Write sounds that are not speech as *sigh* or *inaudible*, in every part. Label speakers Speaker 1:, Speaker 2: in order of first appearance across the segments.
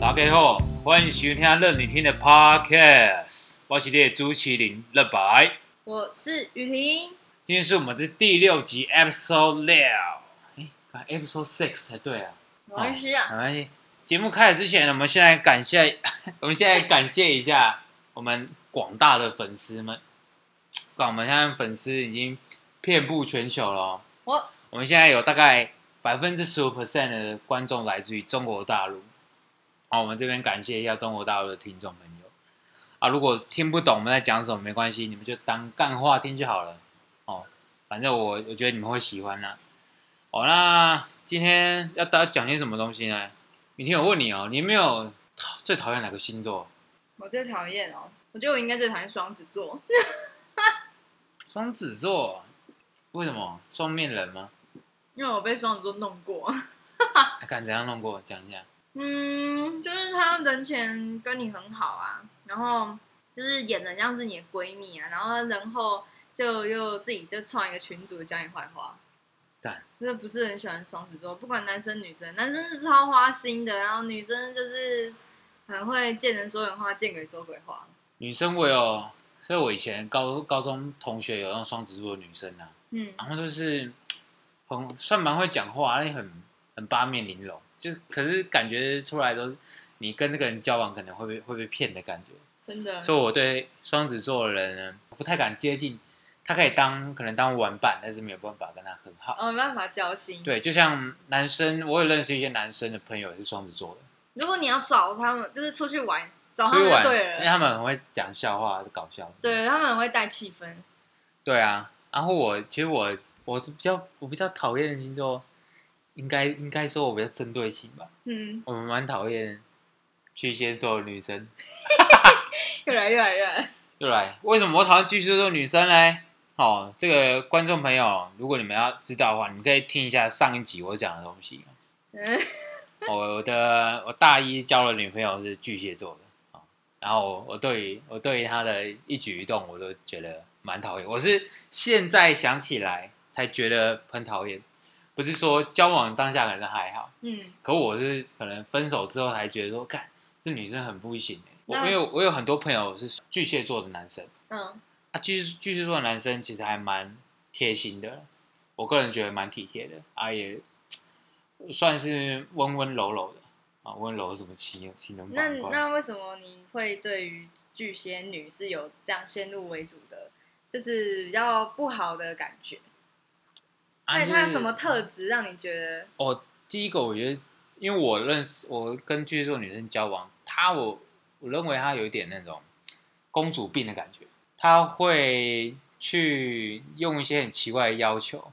Speaker 1: 大家好，欢迎收听任你听的 Podcast，我是你的主持人任白。
Speaker 2: 我是雨婷，
Speaker 1: 今天是我们的第六集 Episode 六，哎啊，Episode Six 才对啊。
Speaker 2: 没关系啊，
Speaker 1: 没关系。节目开始之前，我们先来感谢， *laughs* 我们先来感谢一下我们广大的粉丝们。哇我们现在粉丝已经遍布全球了哦。
Speaker 2: 我
Speaker 1: 我们现在有大概百分之十五 percent 的观众来自于中国大陆。好，我们这边感谢一下中国大陆的听众朋友啊！如果听不懂我们在讲什么，没关系，你们就当干话听就好了。哦，反正我我觉得你们会喜欢啊啦、好、那今天要大家讲些什么东西呢？明天我问你哦，你有没有讨最讨厌哪个星座？
Speaker 2: 我最讨厌哦，我觉得我应该最讨厌双子座， *laughs*
Speaker 1: 双子座？为什么？双面人吗？
Speaker 2: 因为我被双子座弄过。 *laughs*
Speaker 1: 还敢怎样弄过？讲一下。
Speaker 2: 嗯，就是他人前跟你很好啊，然后就是演的像是你的闺蜜啊，然后人后就又自己就创一个群组讲你坏话。
Speaker 1: 干，
Speaker 2: 就是不是很喜欢双子座，不管男生女生，男生是超花心的，然后女生就是很会见人说人话，见鬼说鬼话。
Speaker 1: 女生我有，所以我以前高高中同学有那种双子座的女生啊，
Speaker 2: 嗯，
Speaker 1: 然后就是很算蛮会讲话，而且很很八面玲珑，就是可是感觉出来都你跟这个人交往可能会被会被骗的感觉，
Speaker 2: 真的。
Speaker 1: 所以我对双子座的人呢不太敢接近，他可以当可能当玩伴，但是没有办法跟他很好。
Speaker 2: 哦，没办法交心。
Speaker 1: 对，就像男生，我有认识一些男生的朋友也是双子座的，
Speaker 2: 如果你要找他们，就是出去玩，找哦他
Speaker 1: 所以
Speaker 2: 们
Speaker 1: 玩
Speaker 2: 就，对
Speaker 1: 因为
Speaker 2: 了。
Speaker 1: 他们很会讲笑话，搞笑。
Speaker 2: 对他们很会带气氛，
Speaker 1: 对啊，然后我其实我我比较我比较讨厌的星座，应该应该说我比较针对性吧，
Speaker 2: 嗯，
Speaker 1: 我们蛮讨厌巨蟹座的女生。
Speaker 2: 越来越来越来。
Speaker 1: 又来，为什么我讨厌巨蟹座的女生呢？哦，这个观众朋友，如果你们要知道的话，你们可以听一下上一集我讲的东西。哦
Speaker 2: 嗯， *laughs*
Speaker 1: 我我的我大一交了女朋友是巨蟹座的，哦然后我我对于我对于她的一举一动，我都觉得蛮讨厌。我是现在想起来才觉得很讨厌，不是说交往当下可能还好，
Speaker 2: 嗯，
Speaker 1: 可我是可能分手之后才觉得说，看这女生很不行、欸、我因
Speaker 2: 那
Speaker 1: 为我有很多朋友是巨蟹座的男生
Speaker 2: 嗯，
Speaker 1: 啊，巨巨蟹座的男生其实还蛮贴心的，我个人觉得蛮体贴的啊，也算是温温柔柔的啊，温柔是什么形容形容法
Speaker 2: 那
Speaker 1: 很怪？
Speaker 2: 那为什么你会对于巨蟹女是有这样先入为主的，就是比较不好的感觉？
Speaker 1: 啊
Speaker 2: 那
Speaker 1: 就
Speaker 2: 她有
Speaker 1: 是
Speaker 2: 什么特质让你觉得？
Speaker 1: 哦，第一个我觉得，因为我认识我跟巨蟹座女生交往，她我我认为她有一点那种公主病的感觉，她会去用一些很奇怪的要求，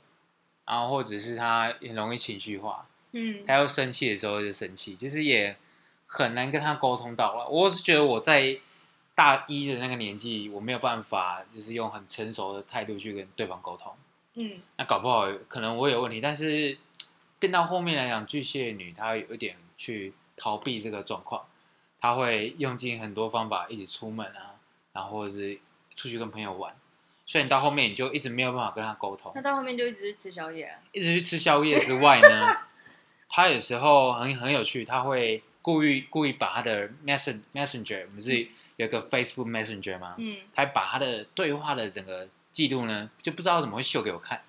Speaker 1: 然后或者是她很容易情绪化，
Speaker 2: 嗯
Speaker 1: 她要生气的时候就生气，其实也很难跟她沟通到了。我是觉得我在大一的那个年纪，我没有办法就是用很成熟的态度去跟对方沟通。
Speaker 2: 嗯
Speaker 1: 那搞不好可能我有问题，但是变到后面来讲，巨蟹女她有一点去逃避这个状况，她会用尽很多方法一起出门啊，然后或者是出去跟朋友玩，所以你到后面你就一直没有办法跟她沟通
Speaker 2: 那，到后面就一直去吃宵夜啊、
Speaker 1: 一直去吃宵夜之外呢，她有时候很很有趣，她会故意故意把她的 message messenger，我们是有一个 Facebook messenger 吗？
Speaker 2: 嗯，
Speaker 1: 他把他的对话的整个记录呢，就不知道怎么会秀给我看，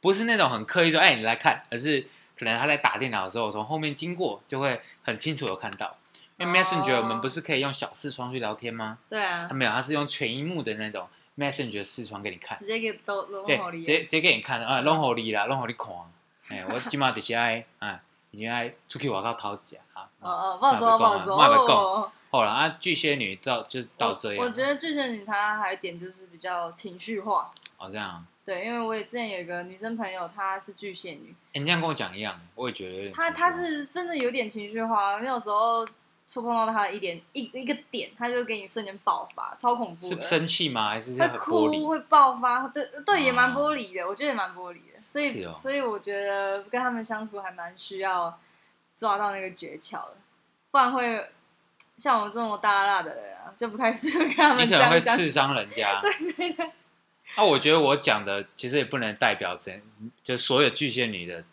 Speaker 1: 不是那种很刻意说，哎、你来看，而是可能他在打电脑的时候，我从后面经过就会很清楚的看到。因为
Speaker 2: 哦
Speaker 1: Messenger 我们不是可以用小视窗去聊天吗？
Speaker 2: 对啊
Speaker 1: 他，没有，他是用全荧幕的那种 Messenger 视窗给你看
Speaker 2: 直，接给都都
Speaker 1: 对
Speaker 2: 好，理
Speaker 1: 直接直接给你看啊，弄好你啦，弄好你看。哎、我今嘛就是爱啊，已经爱出去外口偷食啊。
Speaker 2: 哦哦，不好说，不好说，
Speaker 1: 我也不讲
Speaker 2: 哦
Speaker 1: 好了啊，巨蟹女到就是到这样，
Speaker 2: 我我觉得巨蟹女她还有一点就是比较情绪化，
Speaker 1: 哦这样啊，
Speaker 2: 对，因为我也之前有一个女生朋友，她是巨蟹女，
Speaker 1: 哎你这样跟我讲一样，我也觉得有点
Speaker 2: 她
Speaker 1: 奇怪
Speaker 2: 她是真的有点情绪化，没有时候触碰到她的一点一一个点，她就给你瞬间爆发，超恐怖
Speaker 1: 是
Speaker 2: 的，
Speaker 1: 生气吗？还是
Speaker 2: 会
Speaker 1: 很玻
Speaker 2: 哭
Speaker 1: 璃？
Speaker 2: 会爆发，对对，也蛮
Speaker 1: 哦
Speaker 2: 玻璃的，我觉得也蛮玻璃的，所以、
Speaker 1: 是哦
Speaker 2: 所以我觉得跟他们相处还蛮需要抓到那个诀窍的，不然会像我这么大辣的人啊，就不太适合跟他们
Speaker 1: 你
Speaker 2: 这
Speaker 1: 可能
Speaker 2: 样
Speaker 1: 会
Speaker 2: 相
Speaker 1: 刺伤人
Speaker 2: *laughs*
Speaker 1: 家。对对对。啊，我觉得我讲的其实也不能代表整，就所有巨蟹女的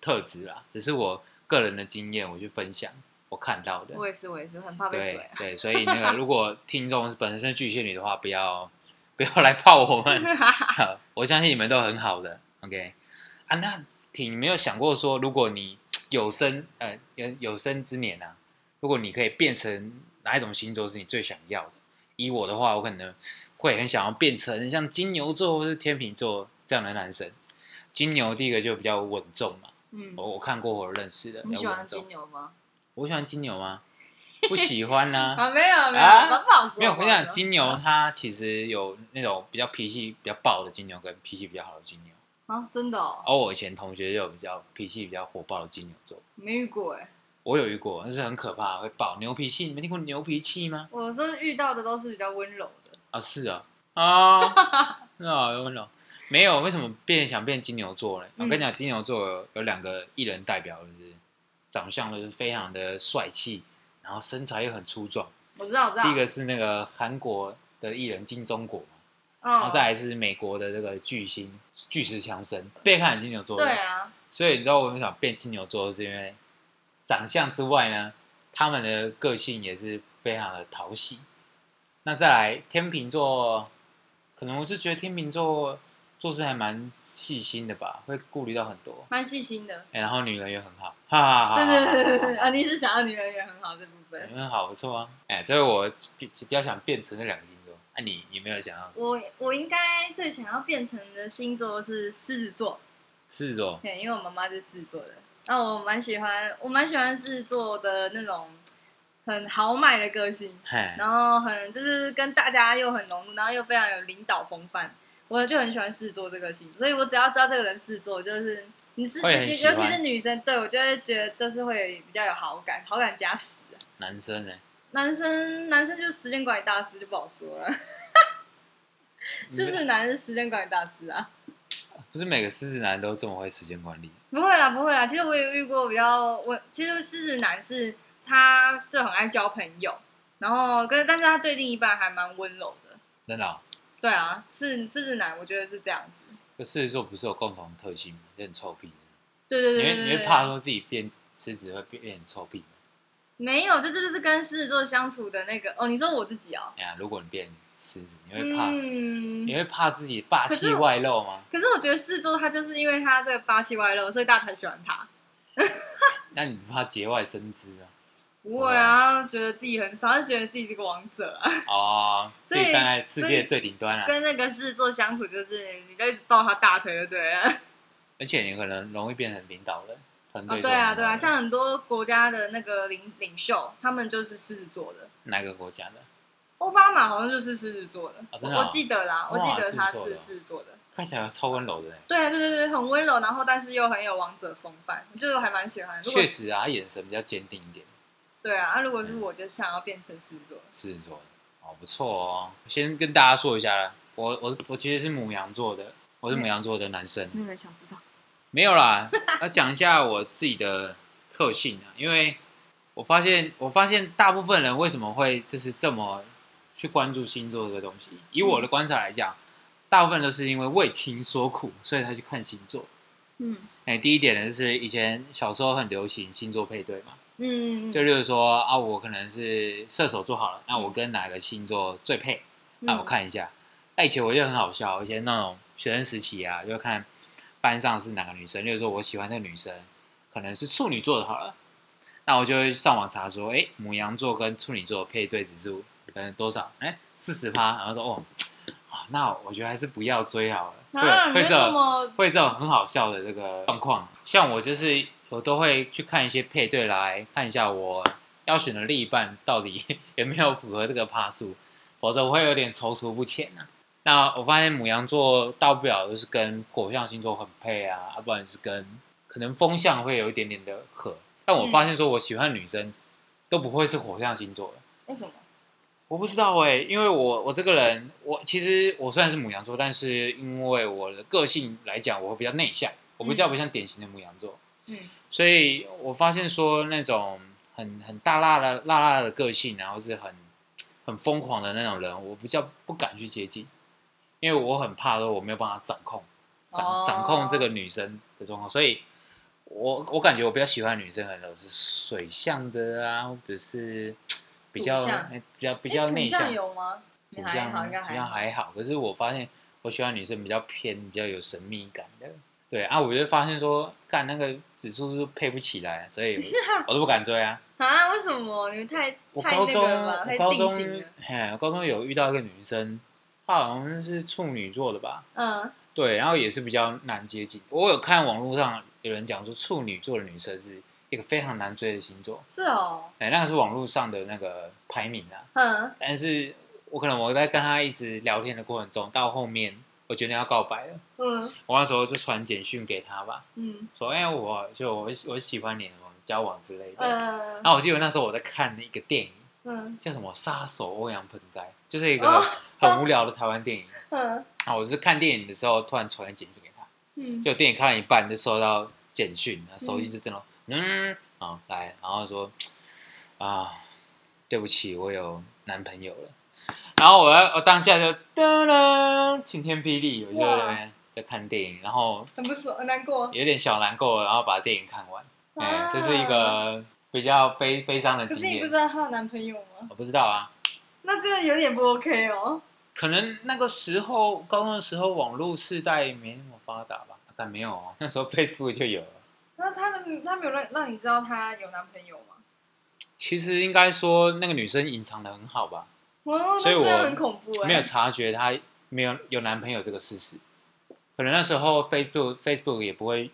Speaker 1: 特质啦，只是我个人的经验，我去分享。我看到的。
Speaker 2: 我也是，我也是很怕被嘴
Speaker 1: 对
Speaker 2: 啊。
Speaker 1: 对，所以那个如果听众本身是巨蟹女的话，不要不要来泡我们，
Speaker 2: *laughs*
Speaker 1: 我相信你们都很好的。OK，啊，那挺你没有想过说，如果你有生呃有有生之年啊，如果你可以变成哪一种星座是你最想要的？以我的话，我可能会很想要变成像金牛座或是天秤座这样的男生。金牛第一个就比较稳重嘛，
Speaker 2: 嗯，
Speaker 1: 我我看过我认识的，比
Speaker 2: 你
Speaker 1: 较
Speaker 2: 喜欢
Speaker 1: 稳重
Speaker 2: 金。牛吗？
Speaker 1: 我喜欢金牛吗？不喜欢
Speaker 2: *laughs*
Speaker 1: 呐、
Speaker 2: 啊，没有没有，
Speaker 1: 啊
Speaker 2: 很好说。
Speaker 1: 没有，我跟你
Speaker 2: 很
Speaker 1: 讲，
Speaker 2: 好说
Speaker 1: 金牛它其实有那种比较脾气比较暴的金牛，跟脾气比较好的金牛。
Speaker 2: 啊，真的哦，
Speaker 1: 而我以前同学也有比较脾气比较火爆的金牛座，
Speaker 2: 没遇过哎。
Speaker 1: 我有遇过，但是很可怕，会爆牛脾气。你没听过牛脾气吗？
Speaker 2: 我说遇到的都是比较温柔的，
Speaker 1: 啊，是啊，啊，那好温柔。没有，为什么变想变金牛座呢？我
Speaker 2: 嗯
Speaker 1: 跟你讲，金牛座有有两个艺人代表，就是长相就是非常的帅气，然后身材又很粗壮。
Speaker 2: 我知道，我知道。
Speaker 1: 第一个是那个韩国的艺人金钟国嘛，然
Speaker 2: 哦
Speaker 1: 后，再来是美国的这个巨星巨石强森，贝克汉也金牛座的。
Speaker 2: 对啊，
Speaker 1: 所以你知道我们想变金牛座，是因为长相之外呢，他们的个性也是非常的讨喜。那再来天秤座，可能我就觉得天秤座做事还蛮细心的吧，会顾虑到很多。
Speaker 2: 蛮细心的。
Speaker 1: 哎、然后女人也很好，哈哈哈哈哈哈
Speaker 2: 对对对对对，啊，你是想要女人缘很好这部分。
Speaker 1: 嗯，好不错啊！哎、这是我比比较想变成那两个星座。哎、你你没有想要
Speaker 2: 我我应该最想要变成的星座是狮子座，
Speaker 1: 狮子座？
Speaker 2: 对，因为我妈妈是狮子座的。那我蛮喜欢，我蛮喜欢狮子座的那种很豪迈的个性，
Speaker 1: 嘿，
Speaker 2: 然后很就是跟大家又很融入，然后又非常有领导风范。我就很喜欢狮子座这个星，所以我只要知道这个人狮子座，就是你是
Speaker 1: 会很喜
Speaker 2: 尤
Speaker 1: 欢
Speaker 2: 其是女生，对我就会觉得就是会比较有好感，好感加十、啊。
Speaker 1: 男生呢、
Speaker 2: 男生男生就是时间管理大师就不好说
Speaker 1: 嗯
Speaker 2: 了，狮子男是时间管理大师啊。
Speaker 1: 不是每个狮子男都这么会时间管理。
Speaker 2: 不会啦，不会啦。其实我也遇过比较，我其实狮子男是他就很爱交朋友，然后跟但是他对另一半还蛮温柔的。
Speaker 1: 真的、哦，
Speaker 2: 对啊，是狮子男，我觉得是这样子。
Speaker 1: 这狮子座不是有共同特性吗？就很臭屁。
Speaker 2: 对对
Speaker 1: 你
Speaker 2: 对
Speaker 1: 会
Speaker 2: 对
Speaker 1: 你
Speaker 2: 对
Speaker 1: 会
Speaker 2: 对，
Speaker 1: 怕说自己变狮子会变变很臭屁吗？
Speaker 2: 没有，就这就是跟狮子座相处的那个哦。你说我自己哦，
Speaker 1: 哎呀，如果你变狮子，你会怕、你
Speaker 2: 嗯。
Speaker 1: 会怕自己霸
Speaker 2: 可
Speaker 1: 气
Speaker 2: 是我
Speaker 1: 外露吗？
Speaker 2: 可是我觉得狮子座他就是因为他这个霸气外露，所以大家才喜欢他。
Speaker 1: 那你不怕节外生枝啊？
Speaker 2: 不会啊，他觉得自己很爽，他就觉得自己是个王者啊。 *laughs*
Speaker 1: 哦，自
Speaker 2: 所以
Speaker 1: 己站在世
Speaker 2: 所
Speaker 1: 界
Speaker 2: 以
Speaker 1: 最顶端啊！
Speaker 2: 跟那个狮子座相处，就是你就一直抱他大腿就对了。
Speaker 1: 而且你可能容易变成领导人，团
Speaker 2: 哦，
Speaker 1: 队中的领
Speaker 2: 对
Speaker 1: 导人、
Speaker 2: 啊，对啊，像很多国家的那个领领袖，他们就是狮子座的。
Speaker 1: 哪个国家的？
Speaker 2: 奥巴马好像就是狮子座的，
Speaker 1: 哦真的
Speaker 2: 我
Speaker 1: 啊
Speaker 2: 我记得啦，我记
Speaker 1: 哇
Speaker 2: 得他
Speaker 1: 狮子座
Speaker 2: 是
Speaker 1: 的
Speaker 2: 狮子座的。
Speaker 1: 看起来超温柔的呢。
Speaker 2: 对啊，对对对，很温柔，然后但是又很有王者风范，就是还蛮喜欢。如果
Speaker 1: 确实啊，他眼神比较坚定一点，
Speaker 2: 对啊，啊如果是我就想要变成狮子座。
Speaker 1: 狮子座的哦，不错哦。先跟大家说一下啦，我我我其实是母羊座的，我是母羊座的男生，
Speaker 2: 没有人想知道，
Speaker 1: 没有啦，要讲一下我自己的特性啊，因为我发现我发现大部分人为什么会就是这么去关注星座这个东西，以我的观察来讲，大部分都是因为为情所苦，所以才去看星座。
Speaker 2: 嗯
Speaker 1: 哎，第一点呢，就是以前小时候很流行星座配对嘛，
Speaker 2: 嗯，
Speaker 1: 就例如说啊，我可能是射手座好了，那我
Speaker 2: 嗯
Speaker 1: 跟哪个星座最配？那
Speaker 2: 嗯
Speaker 1: 啊我，看一下。那以前我就很好笑，以前那种学生时期啊，就看班上是哪个女生，例如说我喜欢这个女生，可能是处女座的好了，那我就会上网查说，哎、母羊座跟处女座的配对指数可能多少？哎、四十趴，然后说哦，啊，那我觉得还是不要追好了，
Speaker 2: 啊，
Speaker 1: 会
Speaker 2: 你
Speaker 1: 会
Speaker 2: 为
Speaker 1: 这
Speaker 2: 什
Speaker 1: 种
Speaker 2: 么？
Speaker 1: 会这种很好笑的这个状况。像我就是我都会去看一些配对来看一下我要选的另一半到底 *laughs* 有没有符合这个趴数，否则我会有点踌躇不前啊。那我发现母羊座到不了就是跟火象星座很配啊，要、不然是跟可能风象会有一点点的合。但我发现说我喜欢的女生都不会是火象星座的，
Speaker 2: 为什么？
Speaker 1: 我不知道哎、因为我我这个人，我其实我虽然是母羊座，但是因为我的个性来讲，我会比较内向，我比较不像典型的母羊座，
Speaker 2: 嗯
Speaker 1: 所以我发现说那种很很大辣的辣辣的个性，然后是很很疯狂的那种人，我比较不敢去接近，因
Speaker 2: 哦哎
Speaker 1: 为我很怕说我没有办法掌控掌掌控这个女生的状况，所以我我我感觉我比较喜欢女生，可能都是水象的啊，或者是比较
Speaker 2: 土象
Speaker 1: 哎比较比较内
Speaker 2: 土
Speaker 1: 向
Speaker 2: 象，有吗？你
Speaker 1: 土
Speaker 2: 还好，
Speaker 1: 象
Speaker 2: 应该
Speaker 1: 比
Speaker 2: 还
Speaker 1: 较
Speaker 2: 好。
Speaker 1: 还好。可是我发现我喜欢女生比较偏，比较有神秘感的。对啊，我就发现说，干那个指数是配不起来，啊所以
Speaker 2: *laughs*
Speaker 1: 我都不敢追啊。
Speaker 2: 啊？为什么你们太
Speaker 1: 我
Speaker 2: 太
Speaker 1: 高
Speaker 2: 那
Speaker 1: 中，
Speaker 2: 个了吧？
Speaker 1: 我
Speaker 2: 太
Speaker 1: 高
Speaker 2: 定
Speaker 1: 中
Speaker 2: 型了。，
Speaker 1: 嘿，我高中有遇到一个女生，她好像是处女座的吧？
Speaker 2: 嗯，
Speaker 1: 对，然后也是比较难接近。我有看网络上有人讲说，处女座的女生是一个非常难追的星座，
Speaker 2: 是哦，
Speaker 1: 哎，那个是网络上的那个排名啊。
Speaker 2: 嗯，
Speaker 1: 但是我可能我在跟她一直聊天的过程中，到后面我决定要告白了，
Speaker 2: 嗯
Speaker 1: 我那时候就传简讯给她吧，
Speaker 2: 嗯
Speaker 1: 说哎，我就我我喜欢你，我们交往之类的。
Speaker 2: 嗯
Speaker 1: 然后我记得那时候我在看一个电影。
Speaker 2: 嗯
Speaker 1: 叫什么《杀手欧阳盆栽》，就是一个
Speaker 2: 哦
Speaker 1: 很无聊的台湾电影。
Speaker 2: 嗯
Speaker 1: 啊，我是看电影的时候突然传简讯给他，
Speaker 2: 嗯，
Speaker 1: 就电影看了一半就收到简讯，然后手机就震动，嗯，啊来，然后说啊，对不起，我有男朋友了。然后我要我当下就噔噔晴天霹雳，我就在那边在看电影，然后
Speaker 2: 很不爽，很难过。
Speaker 1: 有点小难过，然后把电影看完。哎、
Speaker 2: 啊
Speaker 1: 这是一个比较悲悲伤的
Speaker 2: 可
Speaker 1: 经
Speaker 2: 是你不
Speaker 1: 验
Speaker 2: 知。道她有男朋友吗？
Speaker 1: 我不知道啊，
Speaker 2: 那真的有点不 OK 哦。
Speaker 1: 可能那个时候高中的时候，网络世代没那么发达吧？但没有哦，那时候 *laughs* Facebook 就有了。
Speaker 2: 那她的她没有让让你知道她有男朋友吗？
Speaker 1: 其实应该说那个女生隐藏的很好吧，
Speaker 2: 哦，
Speaker 1: 所
Speaker 2: 那
Speaker 1: 以
Speaker 2: 真
Speaker 1: 我
Speaker 2: 的很恐怖哎。
Speaker 1: 没有察觉她没有有男朋友这个事实。可能那时候 Facebook Facebook 也不会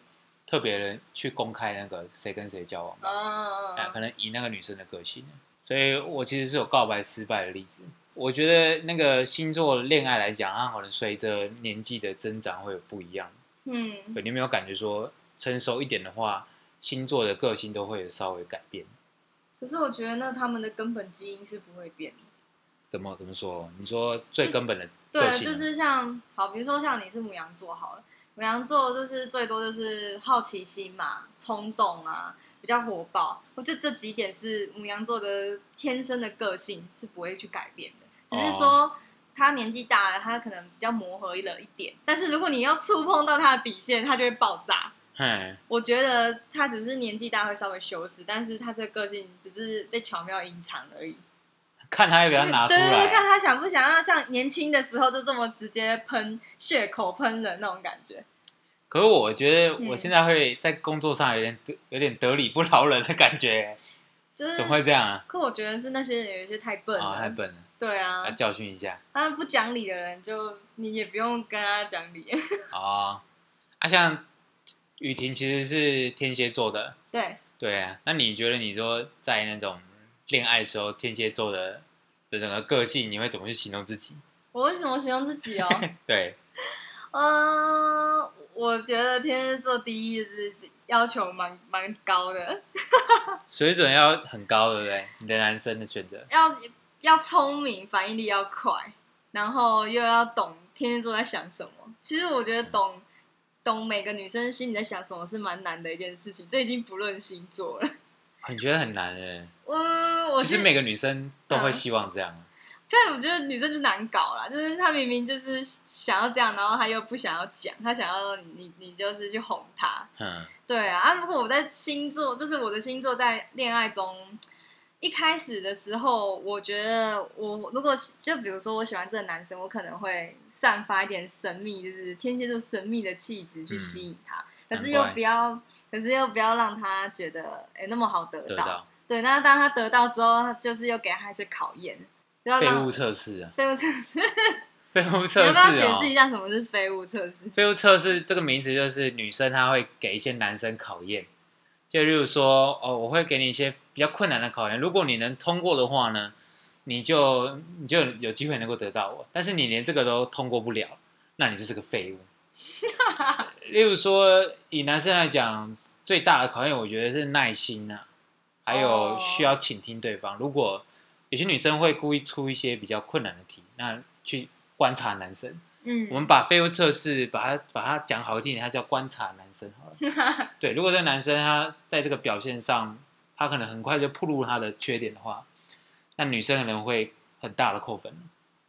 Speaker 1: 特别的去公开那个谁跟谁交往吧，
Speaker 2: 嗯。嗯
Speaker 1: 哎
Speaker 2: 嗯
Speaker 1: 可能以那个女生的个性，啊所以我其实是有告白失败的例子。我觉得那个星座恋爱来讲，它可能随着年纪的增长会有不一样。
Speaker 2: 嗯
Speaker 1: 对，你有没有感觉说成熟一点的话，星座的个性都会有稍微改变？
Speaker 2: 可是我觉得那他们的根本基因是不会变的。
Speaker 1: 怎么怎么说？你说最根本的个
Speaker 2: 对，
Speaker 1: 性，啊
Speaker 2: 就是像好，比如说像你是母羊座好了，母羊座就是最多就是好奇心嘛、冲动啊，比较火爆。我这这几点是母羊座的天生的个性是不会去改变的，只是
Speaker 1: 哦
Speaker 2: 说他年纪大了，他可能比较磨合了一点。但是如果你要触碰到他的底线，他就会爆炸。
Speaker 1: *laughs* 嘿，
Speaker 2: 我觉得他只是年纪大会稍微修饰，但是他这个个性只是被巧妙隐藏而已。
Speaker 1: 看他要不要拿出
Speaker 2: 对对对，看
Speaker 1: 来。
Speaker 2: 他想不想要像年轻的时候就这么直接喷血口喷人那种感觉。
Speaker 1: 可是我觉得
Speaker 2: 嗯
Speaker 1: 我现在会在工作上有点得有点得理不饶人的感觉，
Speaker 2: 嗯就是，
Speaker 1: 怎么会这样啊？
Speaker 2: 可我觉得是那些人有一些太笨了，
Speaker 1: 啊，太笨了，
Speaker 2: 对啊
Speaker 1: 要，教训一下
Speaker 2: 他不讲理的人就你也不用跟他讲理， *laughs*
Speaker 1: 哦。啊，像雨婷其实是天蝎座的，
Speaker 2: 对，
Speaker 1: 对啊。那你觉得你说在那种恋爱的时候，天蝎座的的整个个性，你会怎么去形容自己？
Speaker 2: 我为什么形容自
Speaker 1: *laughs*
Speaker 2: 己哦？
Speaker 1: 对，
Speaker 2: 嗯、我觉得天蝎座第一就是要求蛮蛮高的，
Speaker 1: 水准要很高，对不对？你的男生的选择，
Speaker 2: 要要聪明，反应力要快，然后又要懂天蝎座在想什么。其实我觉得懂懂每个女生心里在想什么是蛮难的一件事情，这已经不论星座了。
Speaker 1: 你觉得很难诶。
Speaker 2: 嗯，我
Speaker 1: 其实
Speaker 2: 是
Speaker 1: 每个女生都会希望这样，
Speaker 2: 但我觉得女生就难搞啦，就是她明明就是想要这样，然后她又不想要讲，她想要你你你就是去哄她。
Speaker 1: 嗯，
Speaker 2: 对啊，啊，如果我在星座，就是我的星座在恋爱中，一开始的时候，我觉得我如果就比如说我喜欢这个男生，我可能会散发一点神秘，就是天蝎座神秘的气质去吸引他，可是又
Speaker 1: 嗯难怪
Speaker 2: 不要，可是又不要让他觉得哎、诶那么好得
Speaker 1: 得
Speaker 2: 到。
Speaker 1: 到
Speaker 2: 对，那当他得到之后，他就是又给他一些考验，就要
Speaker 1: 废
Speaker 2: 让
Speaker 1: 物测试啊，
Speaker 2: 废物测试。
Speaker 1: 废物
Speaker 2: 你
Speaker 1: 测
Speaker 2: 要
Speaker 1: 试
Speaker 2: 不要解
Speaker 1: 哦
Speaker 2: 释一。下什么是废物
Speaker 1: *laughs*
Speaker 2: 测试？
Speaker 1: 废物测试这个名词就是女生她会给一些男生考验，就例如说哦，我会给你一些比较困难的考验，如果你能通过的话呢，你就你就有机会能够得到我，但是你连这个都通过不了，那你就是个废物。 *laughs* 例如说，以男生来讲，最大的考验我觉得是耐心呐、还有
Speaker 2: 哦
Speaker 1: 需要倾听对方。如果有些女生会故意出一些比较困难的题，那去观察男生。
Speaker 2: 嗯，
Speaker 1: 我们把废物测试，把它把它讲好听一点，它叫观察男生好了。
Speaker 2: *laughs*
Speaker 1: 对，如果这个男生他在这个表现上，他可能很快就暴露他的缺点的话，那女生可能会很大的扣分。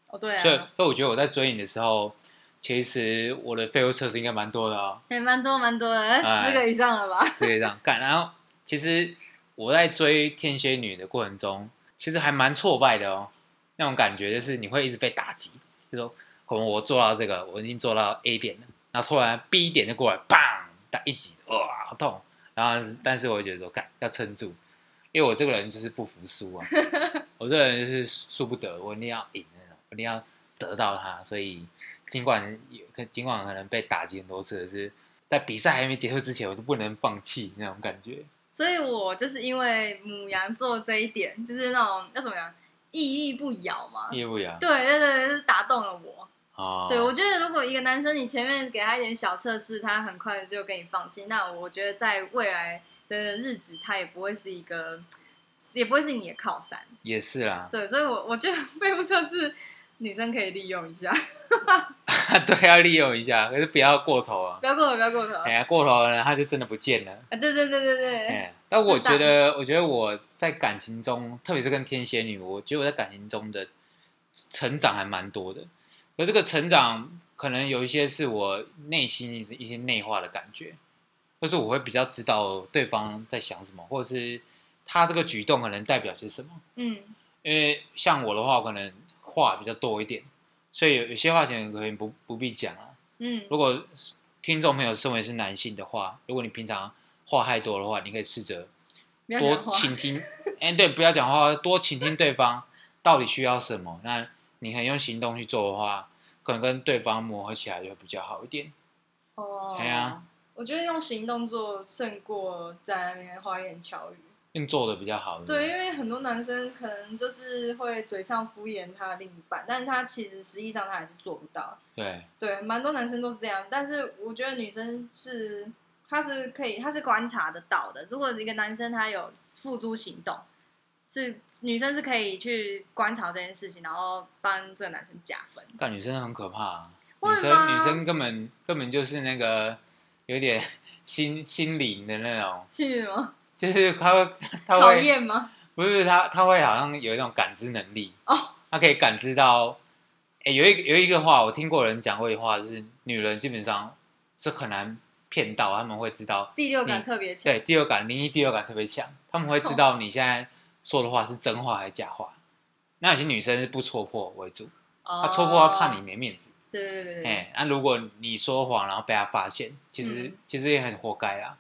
Speaker 2: 哦对啊，
Speaker 1: 所以，所以我觉得我在追你的时候，其实我的废物测试应该蛮多的哦，
Speaker 2: 也蛮多蛮多的，
Speaker 1: 哎
Speaker 2: 十个以上了吧？
Speaker 1: 是这样干。然后其实我在追天蝎女的过程中，其实还蛮挫败的哦，那种感觉就是你会一直被打击，就说可能我做到这个，我已经做到 A 点了，然后突然 B 点就过来，砰打一击，哇，好痛。然后但是我会觉得说，干要撑住，因为我这个人就是不服输啊，我这个人就是输不得，我一定要赢的那种，我一定要得到它，所以。尽管有，尽管可能被打击很多次，可是在比赛还没结束之前，我都不能放弃那种感觉。
Speaker 2: 所以我就是因为母羊座这一点，就是那种要怎么讲，屹立不摇嘛。
Speaker 1: 业务员
Speaker 2: 对对对，就是打动了我。
Speaker 1: 啊，
Speaker 2: 啊对，我觉得如果一个男生你前面给他一点小测试，他很快就给你放弃，那我觉得在未来的日子，他也不会是一个，也不会是你的靠山。，
Speaker 1: 也是啦 *laughs*
Speaker 2: 对，所以我我觉得 *laughs* 背部测试女生可以利用一下， *laughs*
Speaker 1: 对，要利用一下，可是不要过头啊
Speaker 2: 不。要过头，不要过头。
Speaker 1: 哎呀，过头了，他就真的不见了。
Speaker 2: 啊，对对对对对，
Speaker 1: 哎，但我
Speaker 2: 适当
Speaker 1: 觉得，我觉得我在感情中，特别是跟天蝎女，我觉得我在感情中的成长还蛮多的。而这个成长，可能有一些是我内心一些一些内化的感觉，或是我会比较知道对方在想什么，或者是他这个举动可能代表些什么。
Speaker 2: 嗯，
Speaker 1: 因为像我的话，我可能话比较多一点，所以有有些话可能可以不不必讲啊。
Speaker 2: 嗯，
Speaker 1: 如果听众朋友身为是男性的话，如果你平常话太多的话，你可以试着
Speaker 2: 不要
Speaker 1: 多
Speaker 2: 讲话。
Speaker 1: 倾听，哎、对，不要讲话，多倾听对方到底需要什么。那你很用行动去做的话，可能跟对方磨合起来就会比较好一点。
Speaker 2: 哦
Speaker 1: 哎呀
Speaker 2: 我觉得用行动做胜过在那边花言巧语。
Speaker 1: 用做的比较好。
Speaker 2: 对，因为很多男生可能就是会嘴上敷衍他的另一半，但是他其实实际上他还是做不到。
Speaker 1: 对，
Speaker 2: 对，蛮多男生都是这样，但是我觉得女生是，她是可以，她是观察得到的。如果一个男生他有付诸行动，是女生是可以去观察这件事情，然后帮这个男生加分。
Speaker 1: 干女生很可怕、啊，
Speaker 2: 会
Speaker 1: 女
Speaker 2: 吗
Speaker 1: 生女生根本根本就是那个有点 *laughs* 心心灵的那种，
Speaker 2: 是吗？
Speaker 1: 就是她会 *laughs* 她
Speaker 2: 讨
Speaker 1: 会
Speaker 2: 厌吗？
Speaker 1: 不是她她会好像有一种感知能力
Speaker 2: 哦，
Speaker 1: 她可以感知到。哎、有一个有一个话，我听过人讲过一句话，就是女人基本上是很难骗到，他们会知道
Speaker 2: 第六感
Speaker 1: 你
Speaker 2: 特别强。
Speaker 1: 对，第六感，灵异第六感特别强，他们会知道你现在说的话是真话还是假话。那有些女生是不戳破为主，
Speaker 2: 哦
Speaker 1: 她戳破她怕你。没面子。
Speaker 2: 对对对对对。
Speaker 1: 哎、那、如果你说谎然后被她发现，其实、
Speaker 2: 嗯
Speaker 1: 其实也很活该啦。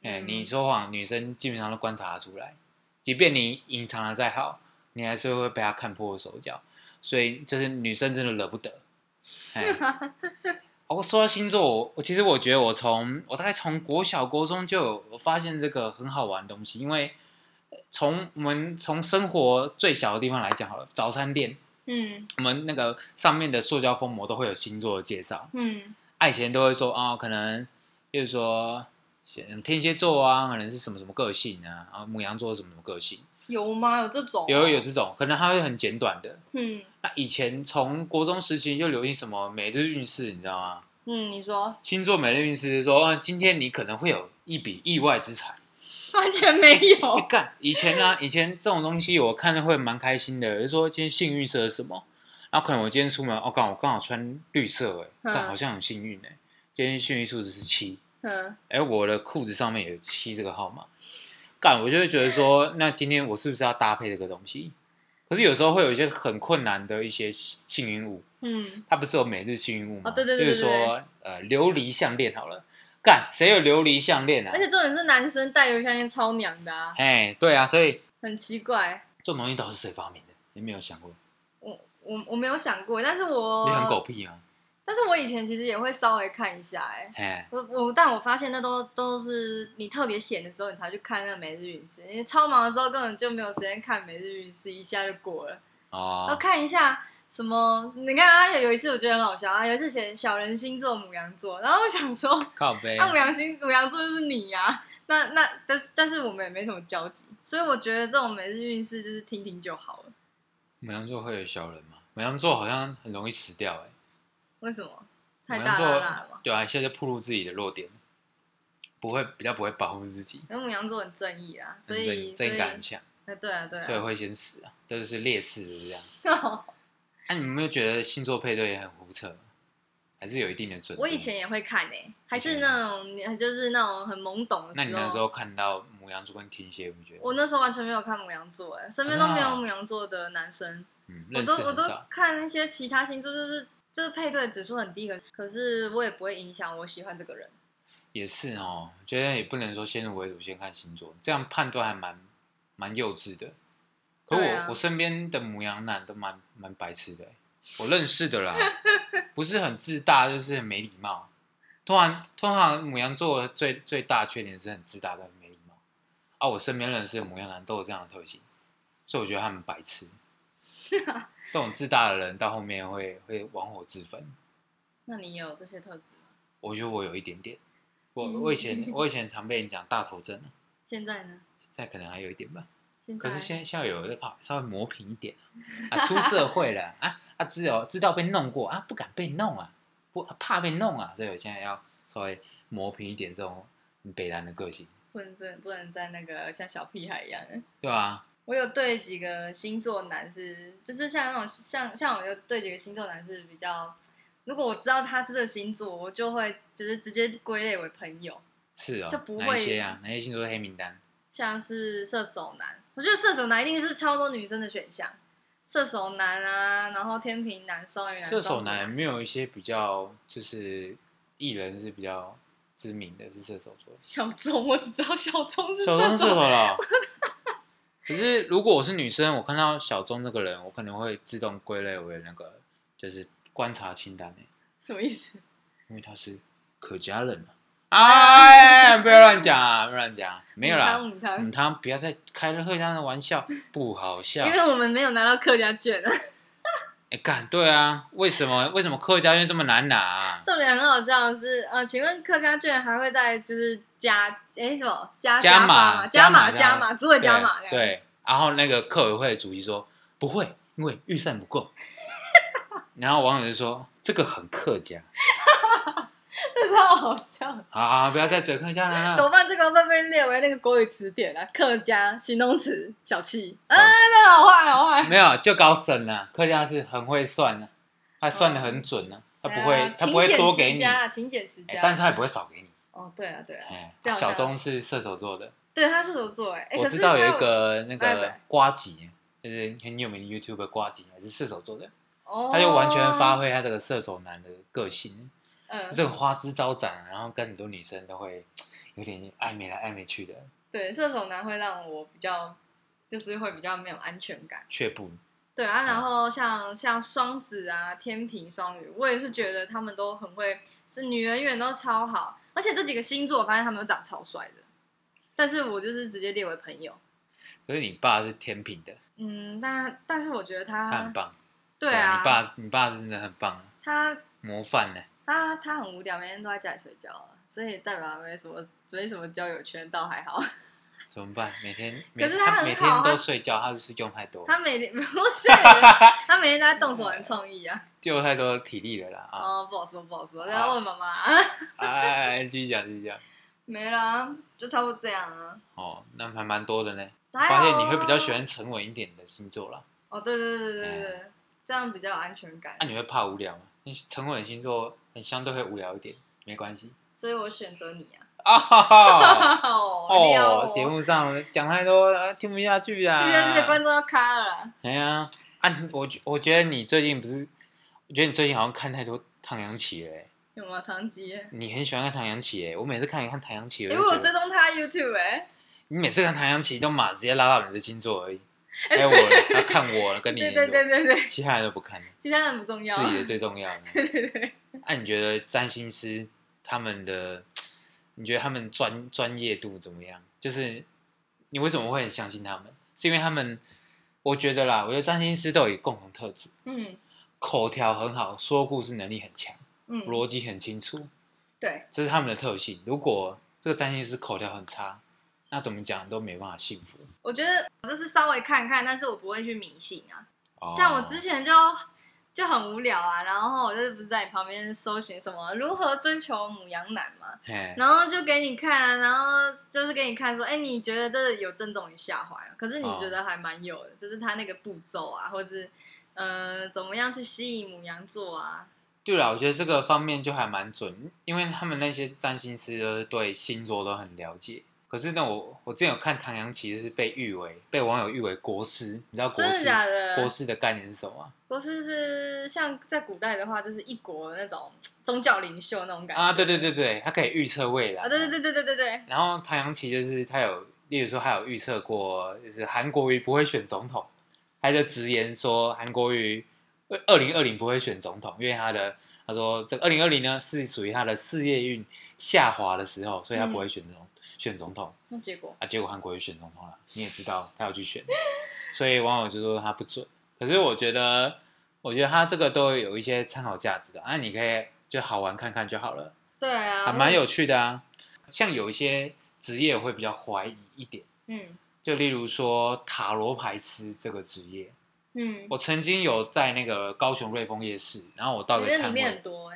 Speaker 1: 哎、
Speaker 2: 嗯
Speaker 1: 你说谎，女生基本上都观察得出来，即便你隐藏的再好，你还是会被她看破手脚。所以就是女生真的惹不得。
Speaker 2: *laughs*
Speaker 1: 哎、我说到星座，我我其实我觉得我从我大概从国小、国中就有我发现这个很好玩的东西，因为呃从我们从生活最小的地方来讲好了，早餐店
Speaker 2: 嗯
Speaker 1: 我们那个上面的塑胶封膜都会有星座的介绍，
Speaker 2: 嗯
Speaker 1: 啊，以前都会说哦，可能就是说嗯天蝎座啊，可能是什么什么个性啊，然后母羊座是什么什么个性，
Speaker 2: 有吗？有这种？啊
Speaker 1: 有有。这种，可能它会很简短的。
Speaker 2: 嗯
Speaker 1: 那以前从国中时期就流行什么每日运势，你知道吗？
Speaker 2: 嗯，你说 *laughs*
Speaker 1: 星座每日运势说，啊今天你可能会有一笔意外之财。
Speaker 2: 完全没
Speaker 1: 哎
Speaker 2: 有。
Speaker 1: 干，以前呢、以前这种东西我看了会蛮开心的，就说今天幸运色是什么，然后可能我今天出门，哦，刚好刚好穿绿色，哎，
Speaker 2: 嗯
Speaker 1: 干好像很幸运哎，今天幸运数值是七，
Speaker 2: 嗯
Speaker 1: 哎，我的裤子上面有七这个号码，干，我就会觉得说，那今天我是不是要搭配这个东西？可是有时候会有一些很困难的一些幸幸运物，
Speaker 2: 嗯，
Speaker 1: 它不是有每日幸运物吗？
Speaker 2: 哦对对对
Speaker 1: 就
Speaker 2: 对
Speaker 1: 是说呃琉璃项链好了，干谁有琉璃项链啊
Speaker 2: 而？且重点是男生戴油项链超娘的啊，
Speaker 1: 哎，对啊，所以
Speaker 2: 很奇怪。
Speaker 1: 这种东西到底是谁发明的？你没有想过？
Speaker 2: 我我我没有想过，但是我
Speaker 1: 你很狗，屁吗？
Speaker 2: 但是我以前其实也会稍微看一下哎、
Speaker 1: 哎，
Speaker 2: 我我，但我发现那都都是你特别闲的时候，你才去看那个每日运势。你超忙的时候根本就没有时间看每日运势，一下就过了。然后
Speaker 1: 哦，
Speaker 2: 看一下什么，你看啊，有有一次我觉得很好笑啊，有一次写小人星座母羊座，然后我想说，啊
Speaker 1: 靠背
Speaker 2: 那、，母羊星母羊座就是你呀、那那但是但是我们也没什么交集，所以我觉得这种每日运势就是听听就好了。
Speaker 1: 母羊座会有小人吗？母羊座好像很容易死掉，哎，
Speaker 2: 为什么？太
Speaker 1: 母
Speaker 2: 大
Speaker 1: 羊
Speaker 2: 啦啦了
Speaker 1: 座
Speaker 2: 嘛。
Speaker 1: 对啊，现在就暴露自己的弱点，不会比较不会保护自己，
Speaker 2: 因为母羊座很正义啊，所
Speaker 1: 很
Speaker 2: 以
Speaker 1: 正正义感很
Speaker 2: 所以
Speaker 1: 强，
Speaker 2: 呃对啊对
Speaker 1: 所以
Speaker 2: 啊，
Speaker 1: 会先死啊，都
Speaker 2: *laughs*
Speaker 1: 是劣势就是这样。
Speaker 2: 哦
Speaker 1: 那你们有没有觉得星座配对也很胡扯吗？还是有一定的准度。
Speaker 2: 我以前也会看诶、还是那种你就是那种很懵懂的时
Speaker 1: 那
Speaker 2: 候。
Speaker 1: 你那时候看到母羊座跟天蝎，你觉得？
Speaker 2: 我那时候完全没有看母羊座、哎，身边都没有母羊座的男生，
Speaker 1: 嗯，
Speaker 2: 我
Speaker 1: 认识
Speaker 2: 都我
Speaker 1: 很
Speaker 2: 都
Speaker 1: 少。
Speaker 2: 看那些其他星座，就是就是配对指数很低，可可是我也不会影响我喜欢这个人。
Speaker 1: 也是哦，我觉得也不能说先入为主，先看星座，这样判断还蛮蛮幼稚的。可我、
Speaker 2: 对啊
Speaker 1: 我身边的母羊男都蛮蛮白痴的欸，我认识的
Speaker 2: *laughs*
Speaker 1: 啦，不是很自大，就是很没礼貌。通常通常母羊座的最最大缺点是很自大跟没礼貌啊。我身边认识的母羊男都有这样的特性，所以我觉得他们白
Speaker 2: *laughs*
Speaker 1: 痴。这种自大的人到后面会会玩火自焚。
Speaker 2: 那你有这些特质吗？
Speaker 1: 我觉得我有一点点，我
Speaker 2: 嗯
Speaker 1: 我以
Speaker 2: *laughs*
Speaker 1: 前我以前常被人讲大头症啊，
Speaker 2: 现在呢？
Speaker 1: 现在可能还有一点吧。
Speaker 2: 现在
Speaker 1: 可是现在现在有那个哦稍微磨平一
Speaker 2: *laughs*
Speaker 1: 点啊，啊出社会了啊啊，只有知道被弄过啊，不敢被弄啊，不啊怕被弄啊，所以我现在要稍微磨平一点这种嗯北兰的个性，
Speaker 2: 不能真的不能再那个像小屁孩一样。
Speaker 1: 对吧、
Speaker 2: 我有对几个星座男是，就是像那种像像我有对几个星座男是比较，如果我知道他是这个星座，我就会就是直接归类为朋友，
Speaker 1: 是哦，
Speaker 2: 就不会
Speaker 1: 哪一些啊？哪一些星座是黑名单？
Speaker 2: 像是射手男，我觉得射手男一定是超多女生的选项，射手男啊，然后天平男、双鱼男、
Speaker 1: 射手
Speaker 2: 双子
Speaker 1: 男有，没有一些比较就是艺人是比较知名的，是射手座。
Speaker 2: 小钟，我只知道小钟
Speaker 1: *laughs*
Speaker 2: 是
Speaker 1: 小钟
Speaker 2: 射
Speaker 1: 是什
Speaker 2: 手，
Speaker 1: 么了？可是如果我是女生，我看到小钟这个人，我可能会自动归类为那个就是观察清单诶，
Speaker 2: 什么意思？
Speaker 1: 因为他是客家人啊。 *laughs* 哎，不要乱讲啊！不要乱讲，没有啦。
Speaker 2: 母汤，
Speaker 1: 嗯，他不要再开了客家的玩 *laughs* 笑，不好笑
Speaker 2: 因。为我们没有拿到客家卷啊。 *laughs*
Speaker 1: 哎，干对啊，为什么为什么客家院这么难拿啊？
Speaker 2: 重点很好笑的是，呃，请问客家券还会再就是加哎什么加
Speaker 1: 加
Speaker 2: 发
Speaker 1: 码
Speaker 2: 吗
Speaker 1: 加
Speaker 2: 加
Speaker 1: 码
Speaker 2: 码
Speaker 1: 加
Speaker 2: 加码，只会加码这
Speaker 1: 对
Speaker 2: 样。， *laughs*
Speaker 1: 对，然后那个客委会的主席说不会，因为预算不 *laughs* 够。然后网友就说这个很客家，
Speaker 2: 这超好笑的。
Speaker 1: 好好，好不要再嘴客家人了。
Speaker 2: 怎么办？这个会被列为那个国语词典啊，客家形容词，小气。啊，
Speaker 1: 哦
Speaker 2: 这好坏好坏。
Speaker 1: 没有，就搞省了。客家是很会算的，他算的很准呢，他不
Speaker 2: 哎
Speaker 1: 会
Speaker 2: 呀，
Speaker 1: 他不会多给
Speaker 2: 勤俭持
Speaker 1: 你，
Speaker 2: 家
Speaker 1: 哎
Speaker 2: 啊，勤俭持家。
Speaker 1: 但是他也不会少给你。
Speaker 2: 哦，对啊，对啊，
Speaker 1: 哎，
Speaker 2: 这样
Speaker 1: 小
Speaker 2: 像
Speaker 1: 钟是射手座的，
Speaker 2: 对，他射手座哎，哎
Speaker 1: 我
Speaker 2: 可是
Speaker 1: 知道有一
Speaker 2: 他
Speaker 1: 个那
Speaker 2: 哎
Speaker 1: 个
Speaker 2: 对
Speaker 1: 瓜吉，就是很有名的 YouTube 瓜吉，也是射手座的，
Speaker 2: 哦，
Speaker 1: 他就完全发挥他这个射手男的个性，
Speaker 2: 嗯，
Speaker 1: 这个花枝招展，啊然后跟很多女生都会有点暧昧来暧昧去的，
Speaker 2: 对，射手男会让我比较，就是会比较没有安全感。
Speaker 1: 却步。
Speaker 2: 对啊，
Speaker 1: 嗯
Speaker 2: 然后像像双子啊、天平、双鱼，我也是觉得他们都很会，是女人缘都超好，而且这几个星座我发现他们都长超帅的，但是我就是直接列为朋友。
Speaker 1: 可是你爸是天平的，
Speaker 2: 嗯，但但是我觉得
Speaker 1: 他
Speaker 2: 他
Speaker 1: 很，棒，
Speaker 2: 对啊，
Speaker 1: 你爸你爸真的很棒，
Speaker 2: 他
Speaker 1: 模范呢。
Speaker 2: 他他很无聊，每天都在家里睡觉啊，所以代表他没什么没什么交友圈，倒还好。
Speaker 1: 哦怎么办？每天，每
Speaker 2: 可是他很好
Speaker 1: 每天都
Speaker 2: 他
Speaker 1: 睡觉，他就是用太多，
Speaker 2: 他每天不是，他每天都在动手玩创意啊。
Speaker 1: 就太多体力了啦啊！
Speaker 2: 哦，不好说，不好说，大家问妈妈、
Speaker 1: 哎哎，哎继续讲，继续讲。
Speaker 2: 没啦，就差不多这样啊。
Speaker 1: 哦，那还蛮多的呢。我
Speaker 2: 还好啊
Speaker 1: 发现你会比较喜欢嗯沉稳一点的星座啦。
Speaker 2: 哦，对对对对对对，这样比较有安全感
Speaker 1: 那、。你会怕无聊吗？你沉稳的星座，你相对会无聊一点，没关系。
Speaker 2: 所以我选择你啊。
Speaker 1: 啊哈
Speaker 2: *laughs*
Speaker 1: 哈！
Speaker 2: 哦撩
Speaker 1: 哦
Speaker 2: 我，
Speaker 1: 节目上讲太多了，听不下去啊。
Speaker 2: 遇见这些观众要卡了啦。
Speaker 1: 哎呀，啊，我觉我觉得你最近不是，我觉得你最近好像看太多唐扬奇了欸。
Speaker 2: 有吗？唐吉？哎、
Speaker 1: 你很喜欢看唐扬奇欸，我每次看你看唐扬奇，
Speaker 2: 因
Speaker 1: 就
Speaker 2: 为哎我
Speaker 1: 觉得
Speaker 2: 追踪他 YouTube 哎、
Speaker 1: 你每次看唐扬奇都马直接拉到你的星座而
Speaker 2: *laughs*
Speaker 1: 已，还有我了他看我了跟你
Speaker 2: 对对对对对，
Speaker 1: 其他人都不看，
Speaker 2: 其他人不重要。
Speaker 1: 自己的最重要的。
Speaker 2: *laughs* 对对对，
Speaker 1: 那、你觉得占星师他们的，你觉得他们专专业度怎么样？就是你为什么会很相信他们？是因为他们，我觉得啦，我觉得占星师都有一个共同特质，
Speaker 2: 嗯
Speaker 1: 口条很好，说故事能力很强，
Speaker 2: 嗯，
Speaker 1: 逻辑很清楚，
Speaker 2: 对，
Speaker 1: 这是他们的特性。如果这个占星师口条很差，那怎么讲都没办法幸福。
Speaker 2: 我觉得我就是稍微看看，但是我不会去迷信啊。
Speaker 1: 哦
Speaker 2: 像我之
Speaker 1: 前
Speaker 2: 前就就很无聊啊，然后我就是不是在你旁边搜寻什么如何追求母羊男嘛，，
Speaker 1: 嘿
Speaker 2: 然后就给你看啊，然后就是给你看说，哎、你觉得这有正中你下怀啊？可是你
Speaker 1: 哦
Speaker 2: 觉得还蛮有的，就是他那个步骤啊，或是呃怎么样去吸引母羊座啊，
Speaker 1: 对了，我觉得这个方面就还蛮准，因为他们那些占星师都是对星座都很了解。可是呢，我我之前有看唐阳琪是被誉为被网友誉为国师，你知道国
Speaker 2: 真的
Speaker 1: 师
Speaker 2: 假
Speaker 1: 国
Speaker 2: 的？
Speaker 1: 师的概念是什么吗
Speaker 2: 国师是像在古代的话，就是一国的那种宗教领袖那种感觉
Speaker 1: 啊？对对对对，他可以预测未来
Speaker 2: 啊，对对对对对对对，
Speaker 1: 然后唐扬奇就是他有，例如说他有预测过，就是韩国瑜不会选总统，他就直言说韩国瑜二零二零不会选总统，因为他的他说这二零二零呢是属于他的事业运下滑的时候，所以他不会选总、选总统
Speaker 2: 那结果
Speaker 1: 啊。结果韩国瑜选总统了，你也知道他要去选，所以网友就说他不准。可是我觉得，我觉得他这个都有一些参考价值的啊，你可以就好玩看看就好了。
Speaker 2: 对啊，
Speaker 1: 还蛮有趣的啊。像有一些职业我会比较怀疑一点，
Speaker 2: 嗯
Speaker 1: 就例如说塔罗牌师这个职业，
Speaker 2: 嗯，
Speaker 1: 我曾经有在那个高雄瑞丰夜市，然后我到
Speaker 2: 我
Speaker 1: 一
Speaker 2: 觉
Speaker 1: 个
Speaker 2: 得
Speaker 1: 摊
Speaker 2: 里面很
Speaker 1: 位，
Speaker 2: 多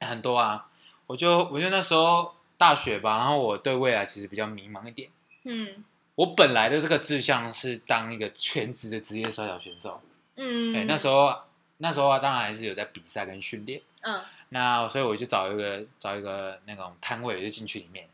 Speaker 2: 哎，
Speaker 1: 很多啊，我就我就那时候大学吧，然后我对未来其实比较迷茫一点。
Speaker 2: 嗯
Speaker 1: 我本来的这个志向是当一个全职的职业摔跤选手，哎、
Speaker 2: 嗯，
Speaker 1: 那时
Speaker 2: 候
Speaker 1: 候那时候啊，当然还是有在比赛跟训练。
Speaker 2: 嗯
Speaker 1: 那所以我就找一个找一个那种摊位，我就进去里面。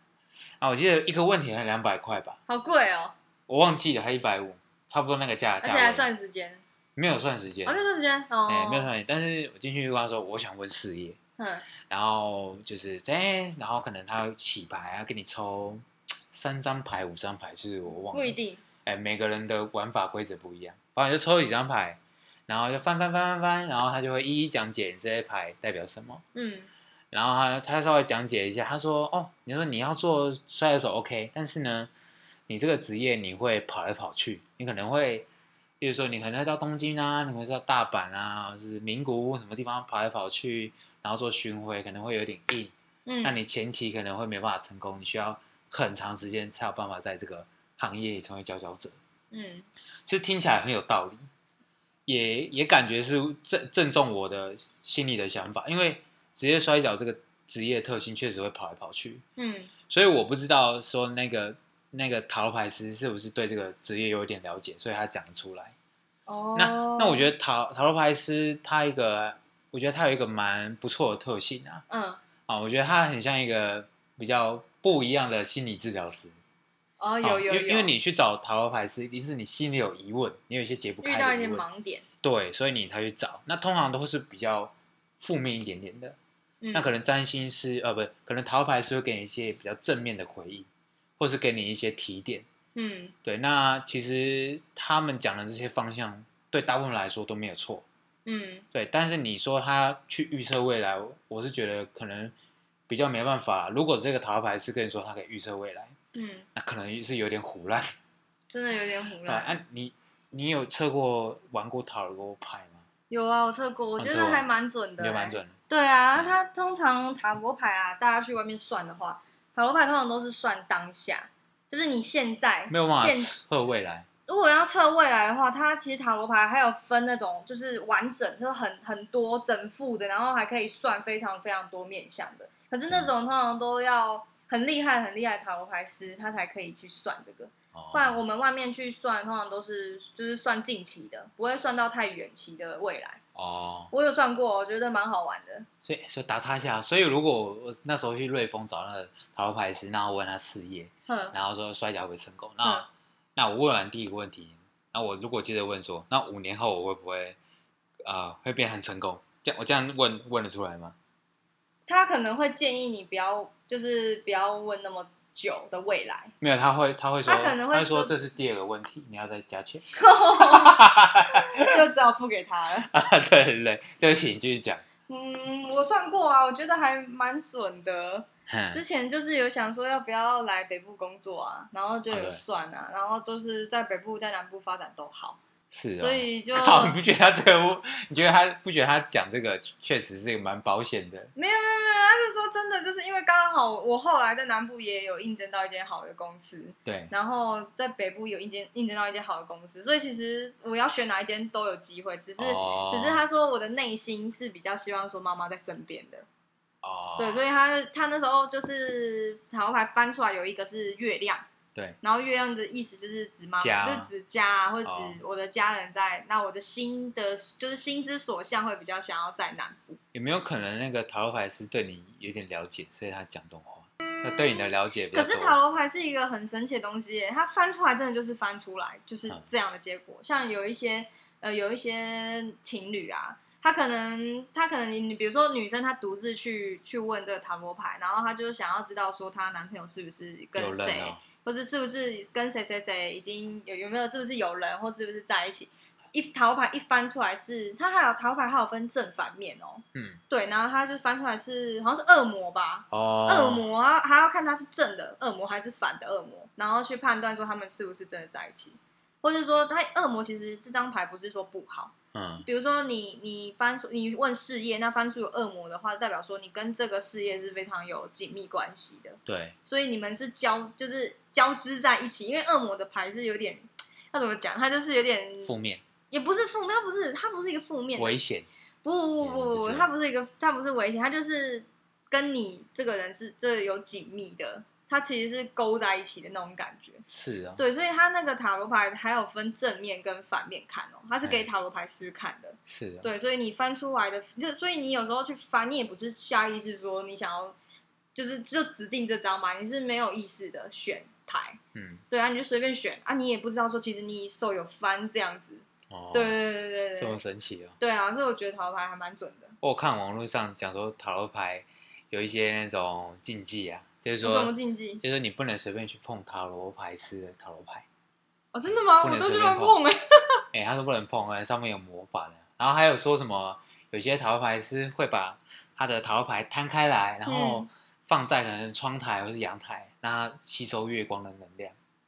Speaker 1: 啊，我记得一个问题还两百块吧，
Speaker 2: 好贵哦，
Speaker 1: 我忘记了，还一百五，差不多那个价
Speaker 2: 而且
Speaker 1: 价
Speaker 2: 还
Speaker 1: 位，
Speaker 2: 算时间，
Speaker 1: 没有算时间，
Speaker 2: 啊，
Speaker 1: 哎、
Speaker 2: 没有算时间哦，
Speaker 1: 没有算时间。但是我进去就跟他说，我想问事业，
Speaker 2: 嗯
Speaker 1: 然后就是哎、然后可能他会洗牌啊，给你抽三张牌、五张牌，就是我忘
Speaker 2: 不
Speaker 1: 了
Speaker 2: 一，定，
Speaker 1: 哎、每个人的玩法规则不一样，反正就抽几张牌，然后就翻翻翻翻翻，然后他就会一一讲解你这些牌代表什么。
Speaker 2: 嗯
Speaker 1: 然后他他稍微讲解一下，他说：“哦，你说你要做摔跤手 OK，但是呢，你这个职业你会跑来跑去，你可能会，比如说你可能会到东京啊，你会到大阪啊，或是名古屋什么地方跑来跑去，然后做巡回可能会有点硬，
Speaker 2: 嗯，
Speaker 1: 那你前期可能会没办法成功，你需要很长时间才有办法在这个行业里成为佼佼者。
Speaker 2: 嗯
Speaker 1: 其实听起来很有道理，也也感觉是正正中我的心里的想法，因为职业摔跤这个职业特性确实会跑来跑去，
Speaker 2: 嗯
Speaker 1: 所以我不知道说那个那个塔罗牌师是不是对这个职业有一点了解，所以他讲得出来。
Speaker 2: 哦，
Speaker 1: 那那我觉得塔塔罗牌师他一个，我觉得他有一个蛮不错的特性啊
Speaker 2: 嗯
Speaker 1: 啊，我觉得他很像一个比较不一样的心理治疗师。
Speaker 2: 哦
Speaker 1: 啊
Speaker 2: 有有
Speaker 1: 因为
Speaker 2: 有，
Speaker 1: 因为你去找塔罗牌师，一定是你心里有疑问，你有一些解不开
Speaker 2: 遇
Speaker 1: 的
Speaker 2: 到一
Speaker 1: 疑
Speaker 2: 点
Speaker 1: 问。
Speaker 2: 盲点，
Speaker 1: 对，所以你才去找。那通常都是比较负面一点点的，
Speaker 2: 嗯
Speaker 1: 那可能占星师呃不，可能塔罗牌师会给你一些比较正面的回应，或是给你一些提点。
Speaker 2: 嗯
Speaker 1: 对，那其实他们讲的这些方向，对大部分来说都没有错。
Speaker 2: 嗯
Speaker 1: 对，但是你说他去预测未来，我我是觉得可能比较没办法啦。如果这个塔罗牌师跟你说他可以预测未来，
Speaker 2: 嗯，
Speaker 1: 那可能是有点胡乱。
Speaker 2: 真的有点胡
Speaker 1: 啊，
Speaker 2: 乱。
Speaker 1: *laughs* 啊你你有测过玩过塔罗牌吗？
Speaker 2: 有啊，我测过，我
Speaker 1: 哦你
Speaker 2: 觉
Speaker 1: 测
Speaker 2: 得
Speaker 1: 过
Speaker 2: 还蛮准的、
Speaker 1: 你觉得蛮
Speaker 2: 欸
Speaker 1: 准的。
Speaker 2: 对啊，
Speaker 1: 嗯
Speaker 2: 它通常塔罗牌啊，大家去外面算的话，塔罗牌通常都是算当下，就是你现在
Speaker 1: 没有办法
Speaker 2: 现
Speaker 1: 测未来。
Speaker 2: 如果要测未来的话，它其实塔罗牌还有分那种就是完整，就是很很多整副的，然后还可以算非常非常多面向的。可是那
Speaker 1: 嗯
Speaker 2: 种通常都要很厉害很厉害的塔罗牌师，他才可以去算这个。
Speaker 1: 哦
Speaker 2: 不然我们外面去算，通常都是就是算近期的，不会算到太远期的未来。
Speaker 1: 哦，
Speaker 2: 我有算过，我觉得蛮好玩的。
Speaker 1: 所以所以打岔一下，所以如果我我那时候去瑞丰找那个塔罗牌师，然后我问他事业，
Speaker 2: 哼，
Speaker 1: 然后说摔跤会成功，那、
Speaker 2: 嗯
Speaker 1: 那我问完第一个问题，那我如果接着问说，那五年后我会不会呃会变很成功？这样我这样问问得出来吗？
Speaker 2: 他可能会建议你不要，就是不要问那么久的未来。
Speaker 1: 没有，他会他会说，
Speaker 2: 他可能会
Speaker 1: 会说
Speaker 2: 说
Speaker 1: 这是第二个问题，你要再加钱。 *laughs*
Speaker 2: 就只好付给他了。 *laughs*
Speaker 1: 啊，对对对，对不起，你继续讲。
Speaker 2: 嗯，我算过啊，我觉得还蛮准的。
Speaker 1: 哼
Speaker 2: 之前就是有想说要不要来北部工作啊，然后就
Speaker 1: 啊对
Speaker 2: 有算啊，然后都是在北部在南部发展都好，
Speaker 1: 是、哦，
Speaker 2: 所以就
Speaker 1: *laughs* 靠，你不觉得他这个不，你觉得他不觉得他讲这个确实是蛮保险的？
Speaker 2: 没有没有没有，他是说真的，就是因为刚好我后来在南部也有应征到一间好的公司，
Speaker 1: 对，
Speaker 2: 然后在北部有应征应征到一间好的公司，所以其实我要选哪一间都有机会，只是、
Speaker 1: 哦
Speaker 2: 只是他说我的内心是比较希望说妈妈在身边的。
Speaker 1: 哦，
Speaker 2: 对，所以他他那时候就是塔罗牌翻出来有一个是月亮，
Speaker 1: 对，
Speaker 2: 然后月亮的意思就是指妈
Speaker 1: 家
Speaker 2: 妈，就是指家啊，或者
Speaker 1: 哦
Speaker 2: 指我的家人在，那我的心的，就是心之所向会比较想要在南部，
Speaker 1: 有没有可能那个塔罗牌师对你有点了解，所以他讲这种话，他对你的了解比较
Speaker 2: 可
Speaker 1: 多？
Speaker 2: 是塔罗牌是一个很神奇的东西耶，它翻出来真的就是翻出来，就是这样的结果。像有一些呃，有一些情侣啊，他可能他可能你你比如说女生她独自去去问这个塔罗牌，然后她就想要知道说她男朋友是不是
Speaker 1: 有
Speaker 2: 跟谁，
Speaker 1: 人哦，
Speaker 2: 或是是不是跟谁谁谁已经有有没有是不是有人，或是不是在一起。一塔罗牌一翻出来是，它还有塔罗牌还有分正反面哦，
Speaker 1: 嗯，
Speaker 2: 对，然后它就翻出来是好像是恶魔吧，
Speaker 1: 哦，
Speaker 2: 恶魔啊，还要看他是正的恶魔还是反的恶魔，然后去判断说他们是不是真的在一起，或者说他恶魔其实这张牌不是说不好，
Speaker 1: 嗯，
Speaker 2: 比如说你你翻出你问事业，那翻出有恶魔的话，代表说你跟这个事业是非常有紧密关系的，
Speaker 1: 对，
Speaker 2: 所以你们是交就是交织在一起，因为恶魔的牌是有点要怎么讲，它就是有点
Speaker 1: 负面
Speaker 2: 也不是负，它不是它不是一个负面的
Speaker 1: 危险，
Speaker 2: 不不不
Speaker 1: 不
Speaker 2: 不
Speaker 1: 是啊
Speaker 2: 不，它不是一个，它不是危险，它就是跟你这个人是这有紧密的，它其实是勾在一起的那种感觉。
Speaker 1: 是哦，
Speaker 2: 对，所以它那个塔罗牌还有分正面跟反面看哦，它是
Speaker 1: 哎
Speaker 2: 给塔罗牌师看的。
Speaker 1: 是哦，
Speaker 2: 对，所以你翻出来的，就所以你有时候去翻，你也不是下意识说你想要，就是就指定这张嘛，你是没有意识的选牌。
Speaker 1: 嗯，
Speaker 2: 对啊，你就随便选啊，你也不知道说其实你手有翻这样子。
Speaker 1: 哦，
Speaker 2: 对，对对对
Speaker 1: 这
Speaker 2: 对
Speaker 1: 么
Speaker 2: 对，
Speaker 1: 神奇哦。
Speaker 2: 对啊，所以我觉得塔罗牌还蛮准的。
Speaker 1: 我看网络上讲说塔罗牌有一些那种禁忌啊，就是
Speaker 2: 有什么
Speaker 1: 说，
Speaker 2: 禁忌？
Speaker 1: 就是你不能随便去碰塔罗牌师的塔罗牌。
Speaker 2: 哦，真的吗？
Speaker 1: 不
Speaker 2: 我
Speaker 1: 能
Speaker 2: 都
Speaker 1: 随
Speaker 2: 是
Speaker 1: 便
Speaker 2: 乱
Speaker 1: 碰
Speaker 2: 碰哎、
Speaker 1: 哎、他说不能碰，哎，上面有魔法的。然后还有说什么，有些塔罗牌师会把他的塔罗牌摊开来，然后
Speaker 2: 嗯
Speaker 1: 放在可能窗台或是阳台，让它吸收月光的能量。 *laughs*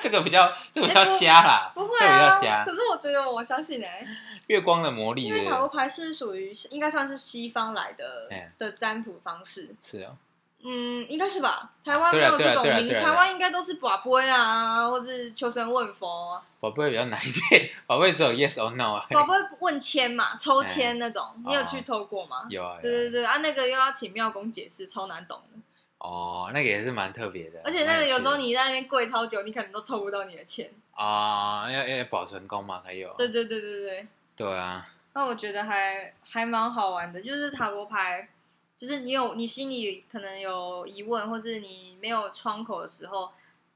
Speaker 1: 这个比较，这个比较
Speaker 2: 哎不
Speaker 1: 瞎啦，
Speaker 2: 不
Speaker 1: 这
Speaker 2: 会
Speaker 1: 个比较
Speaker 2: 啊。
Speaker 1: 瞎
Speaker 2: 可。是我觉得我相信哎、
Speaker 1: 月光的魔力
Speaker 2: 因
Speaker 1: 对
Speaker 2: 为
Speaker 1: 不
Speaker 2: 塔罗
Speaker 1: 对？
Speaker 2: 牌是属于应该算是西方来的、
Speaker 1: 哎
Speaker 2: 的占卜方式，
Speaker 1: 是哦，
Speaker 2: 嗯，应该是吧？台湾
Speaker 1: 对
Speaker 2: 没
Speaker 1: 啊
Speaker 2: 有
Speaker 1: 对啊
Speaker 2: 这种
Speaker 1: 对啊
Speaker 2: 名，
Speaker 1: 对啊
Speaker 2: 台湾应该都是卜卜啊，或是求神问佛、啊，
Speaker 1: 宝贝比较难一点，宝贝只有啊 yes or no 而已。
Speaker 2: 宝贝问签嘛，抽签那种，你有
Speaker 1: 哎哦
Speaker 2: 去抽过吗？
Speaker 1: 有啊，有啊
Speaker 2: 对对对啊，那个又要请庙公解释，超难懂的。
Speaker 1: 哦，那个也是蛮特别的，
Speaker 2: 而且那
Speaker 1: 蛮
Speaker 2: 个有
Speaker 1: 趣
Speaker 2: 时候
Speaker 1: 的
Speaker 2: 你在那边跪超久，你可能都抽不到你的签。
Speaker 1: 啊、要要保存功嘛才有啊，
Speaker 2: 对对对对对。
Speaker 1: 对啊，
Speaker 2: 那我觉得还还蛮好玩的，就是塔罗牌，就是你有你心里可能有疑问，或是你没有窗口的时候，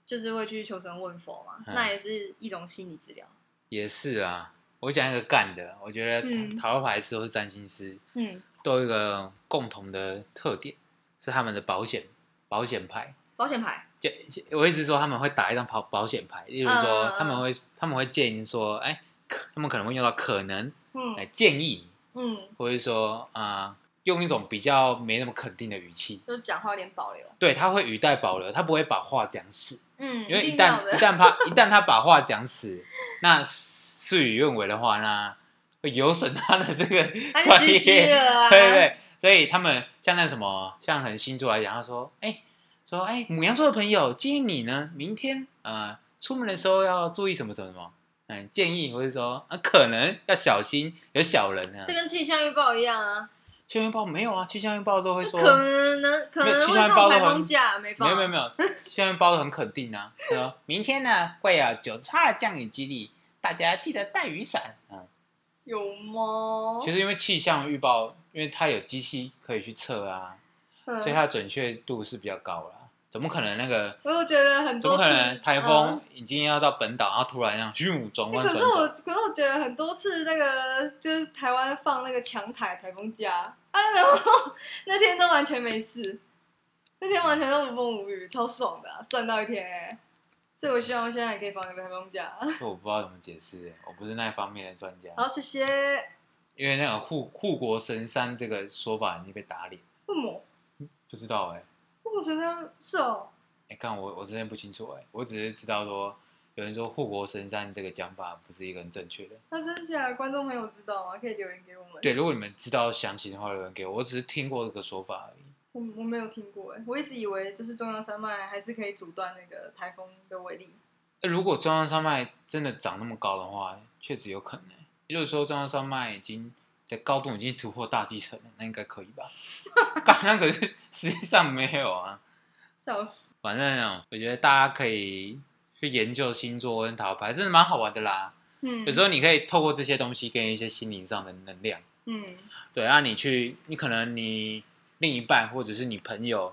Speaker 2: 就是会去求神问佛嘛，
Speaker 1: 嗯
Speaker 2: 那也是一种心理治疗。
Speaker 1: 也是啊。我讲一个干的，我觉得
Speaker 2: 嗯
Speaker 1: 塔塔罗牌师或是占星师
Speaker 2: 嗯，
Speaker 1: 都有一个共同的特点，是他们的保险保险牌。
Speaker 2: 保险牌，
Speaker 1: 就我一直说他们会打一张保保险牌，例如说
Speaker 2: 嗯嗯嗯
Speaker 1: 他们会他们会建议说，哎，可他们可能会用到可能来
Speaker 2: 嗯
Speaker 1: 建议你，
Speaker 2: 嗯，
Speaker 1: 或者说啊、用一种比较没那么肯定的语气，
Speaker 2: 就是讲话有点保留，
Speaker 1: 对他会语带保留，他不会把话讲死。
Speaker 2: 嗯， *laughs*
Speaker 1: 因为一
Speaker 2: 定
Speaker 1: 旦
Speaker 2: 要
Speaker 1: 一
Speaker 2: 的，
Speaker 1: 旦他一旦他把话讲死，那事与愿违的话，那会有损他的这
Speaker 2: *laughs*
Speaker 1: 个
Speaker 2: 那就
Speaker 1: 专业。
Speaker 2: 居居
Speaker 1: 对
Speaker 2: 了
Speaker 1: *laughs*
Speaker 2: 啊，
Speaker 1: 对对，所以他们像那什么，像很星座来讲，他说，哎、说哎、母羊座的朋友建议你呢，明天呃出门的时候要注意什么什么什么，嗯，建议或者说啊可能要小心有小人啊
Speaker 2: 这。跟气象预报一样啊，
Speaker 1: 气象预报没有啊，气象预报都会说，
Speaker 2: 可能可
Speaker 1: 没有
Speaker 2: 能
Speaker 1: 气
Speaker 2: 会
Speaker 1: 象预报
Speaker 2: 放
Speaker 1: 都
Speaker 2: 台
Speaker 1: 很
Speaker 2: 风假，没放
Speaker 1: 没
Speaker 2: 啊，
Speaker 1: 有没有没有，现在包的很肯定啊。说明天呢会有九十帕的降雨几率，大家记得带雨伞。嗯，
Speaker 2: 有吗？
Speaker 1: 其实因为气象预报，因为它有机器可以去测啊，
Speaker 2: 嗯
Speaker 1: 所以它的准确度是比较高啦。怎么可能那个？
Speaker 2: 我又觉得很
Speaker 1: 怎么
Speaker 2: 多
Speaker 1: 可
Speaker 2: 次
Speaker 1: 能台
Speaker 2: 嗯
Speaker 1: 风已经要到本岛，然后突然这样咻转弯
Speaker 2: 可
Speaker 1: 转
Speaker 2: 是我，
Speaker 1: 走？
Speaker 2: 可是我觉得很多次那个就是台湾放那个强台台风假啊，然后 *laughs* 那天都完全没事，那天完全都无风无雨，超爽的啊、赚到一天哎、所以我希望我现在也可以放个台风假。 *laughs*
Speaker 1: 这我不知道怎么解释，我不是那方面的专家。
Speaker 2: 好，谢谢。
Speaker 1: 因为那个护护国神山这个说法已经被打脸，
Speaker 2: 父母，
Speaker 1: 不知道哎、
Speaker 2: 父母觉得是哦，
Speaker 1: 哎、看我我真的不清楚哎、我只是知道说有人说护国神山这个讲法不是一个很正确的。
Speaker 2: 那真假的观众朋友知道吗？可以留言给我们。
Speaker 1: 对，如果你们知道详情的话，留言给我。我只是听过这个说法而已。
Speaker 2: 我我没有听过哎，我一直以为就是中央山脉还是可以阻断那个台风的威力。
Speaker 1: 欸如果中央山脉真的长那么高的话，确实有可能、欸。也就是说，中央山脉已经的高度已经突破大气层了，那应该可以吧？ *laughs* 干那可是实际上没有啊。
Speaker 2: 笑死！
Speaker 1: 反正啊，我觉得大家可以去研究星座跟塔罗牌，真的蛮好玩的啦。
Speaker 2: 嗯，
Speaker 1: 有时候你可以透过这些东西，给你一些心灵上的能量。
Speaker 2: 嗯，
Speaker 1: 对，那、你去，你可能你另一半或者是你朋友，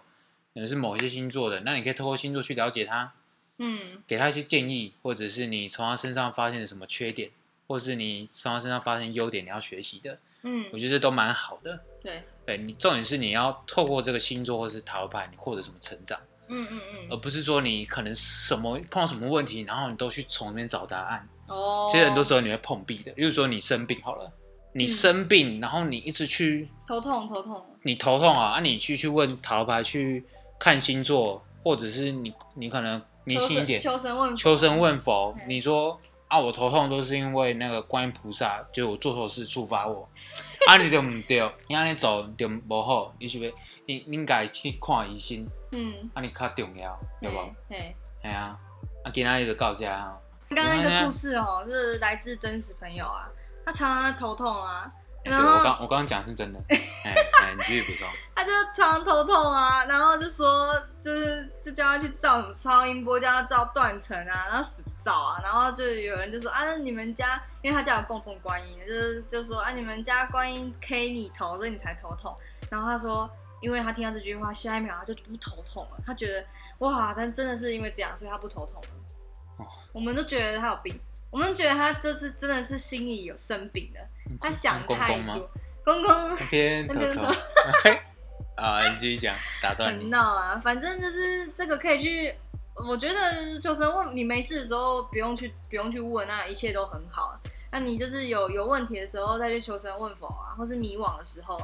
Speaker 1: 可能是某些星座的，那你可以透过星座去了解他，
Speaker 2: 嗯，
Speaker 1: 给他一些建议，或者是你从他身上发现了什么缺点，或是你从他身上发现优点，你要学习的，我
Speaker 2: 嗯，
Speaker 1: 觉得这都蛮好的。
Speaker 2: 对，
Speaker 1: 对你重点是你要透过这个星座或是塔罗牌，你获得什么成长，
Speaker 2: 嗯嗯
Speaker 1: 而
Speaker 2: 嗯，
Speaker 1: 不是说你可能什么碰到什么问题，然后你都去从里面找答案。
Speaker 2: 哦，
Speaker 1: 其实很多时候你会碰壁的，例如说你生病好了，你
Speaker 2: 嗯
Speaker 1: 生病，然后你一直去
Speaker 2: 哦头痛头痛，
Speaker 1: 你头痛啊，啊你去去问塔罗牌，去看星座，或者是你你可能迷信一点，
Speaker 2: 求神问
Speaker 1: 求神问佛
Speaker 2: 嗯，
Speaker 1: 你说啊我头痛都是因为那个观音菩萨，就是我做错事触发
Speaker 2: *laughs*
Speaker 1: 我，啊你就唔对，你安尼做就无好，你是不你你应该去看医生，
Speaker 2: 嗯，
Speaker 1: 啊你较重要，对不？
Speaker 2: 嘿？嘿
Speaker 1: 系啊，啊今仔日就到这啊，
Speaker 2: 刚刚那个故事哦，就是来自真实朋友啊，他常常在头痛啊，
Speaker 1: 欸
Speaker 2: 然
Speaker 1: 对我
Speaker 2: 后
Speaker 1: 刚我刚刚讲是真
Speaker 2: *laughs*
Speaker 1: 的，哎、哎你继续补充。
Speaker 2: 他就常常头痛啊，然后就说就是就叫他去照什么超音波，叫他照断层啊，然后死不照啊，然后就有人就说啊，那你们家因为他家有供奉观音，就是就说啊，你们家观音 K 你头，所以你才头痛。然后他说，因为他听到这句话，下一秒他就不头痛了，他觉得哇，但真的是因为这样，所以他不头 *laughs* 痛了。
Speaker 1: 哦
Speaker 2: 我们都觉得他有病，我们觉得他就是真的是心里有生病的，他想
Speaker 1: 公
Speaker 2: 太
Speaker 1: 公吗
Speaker 2: 多。公公
Speaker 1: 那边头
Speaker 2: 那边
Speaker 1: 头
Speaker 2: 头。
Speaker 1: *laughs* 啊，你继续讲，打断
Speaker 2: 很
Speaker 1: 你。
Speaker 2: 闹啊，反正就是这个可以去，我觉得就是问你没事的时候不用去不用去问啊，一切都很好啊。那你就是有有问题的时候再去求神问佛啊，或是迷惘的时候，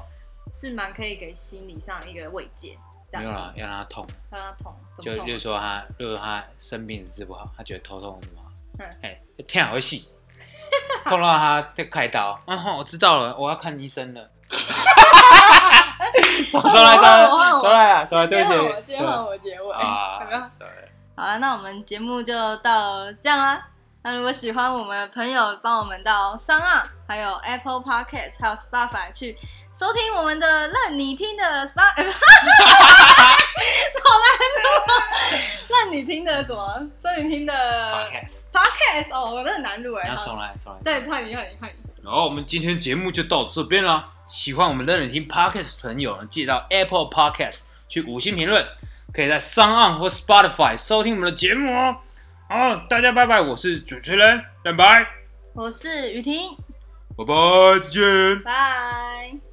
Speaker 2: 是蛮可以给心理上一个慰藉，这
Speaker 1: 没有
Speaker 2: 样
Speaker 1: 啦，
Speaker 2: 子
Speaker 1: 要让他痛，
Speaker 2: 让他痛，怎
Speaker 1: 就
Speaker 2: 么
Speaker 1: 例如
Speaker 2: 痛？啊
Speaker 1: 说他，例如他生病治不好，他觉得头痛什么，
Speaker 2: 嗯
Speaker 1: 哎、天好会细， *laughs* 痛到他就开刀。啊，我知道了，我要看医生
Speaker 2: *laughs*
Speaker 1: 了。走走来走来
Speaker 2: 我换我
Speaker 1: 走来啊，走来，对
Speaker 2: 今天
Speaker 1: 不
Speaker 2: 换哦我，
Speaker 1: 起，
Speaker 2: 今天换我结尾，
Speaker 1: 对啊
Speaker 2: 有没有？
Speaker 1: ，sorry
Speaker 2: 好了，那我们节目就到这样啦。那如果喜欢我们的朋友，帮我们到三岸，还有 Apple Podcast，还有 Spotify 去收听我们的让你听的 Spot，哎不好难 *laughs* 录哦，让你听的什么？让你听的
Speaker 1: podcast，
Speaker 2: Podcast 哦，我真的很难录哎。
Speaker 1: 然后
Speaker 2: 好
Speaker 1: 重来重来。
Speaker 2: 对，换你，换你，换你。
Speaker 1: 然后我们今天节目就到这边啦。喜欢我们乐人听 Podcast 的朋友呢，记得到 Apple Podcast 去五星评论，可以在 s o n 或 Spotify 收听我们的节目哦。好，大家拜拜，我是主持人，拜拜，
Speaker 2: 我是雨婷，
Speaker 1: 拜拜，再见。
Speaker 2: 拜。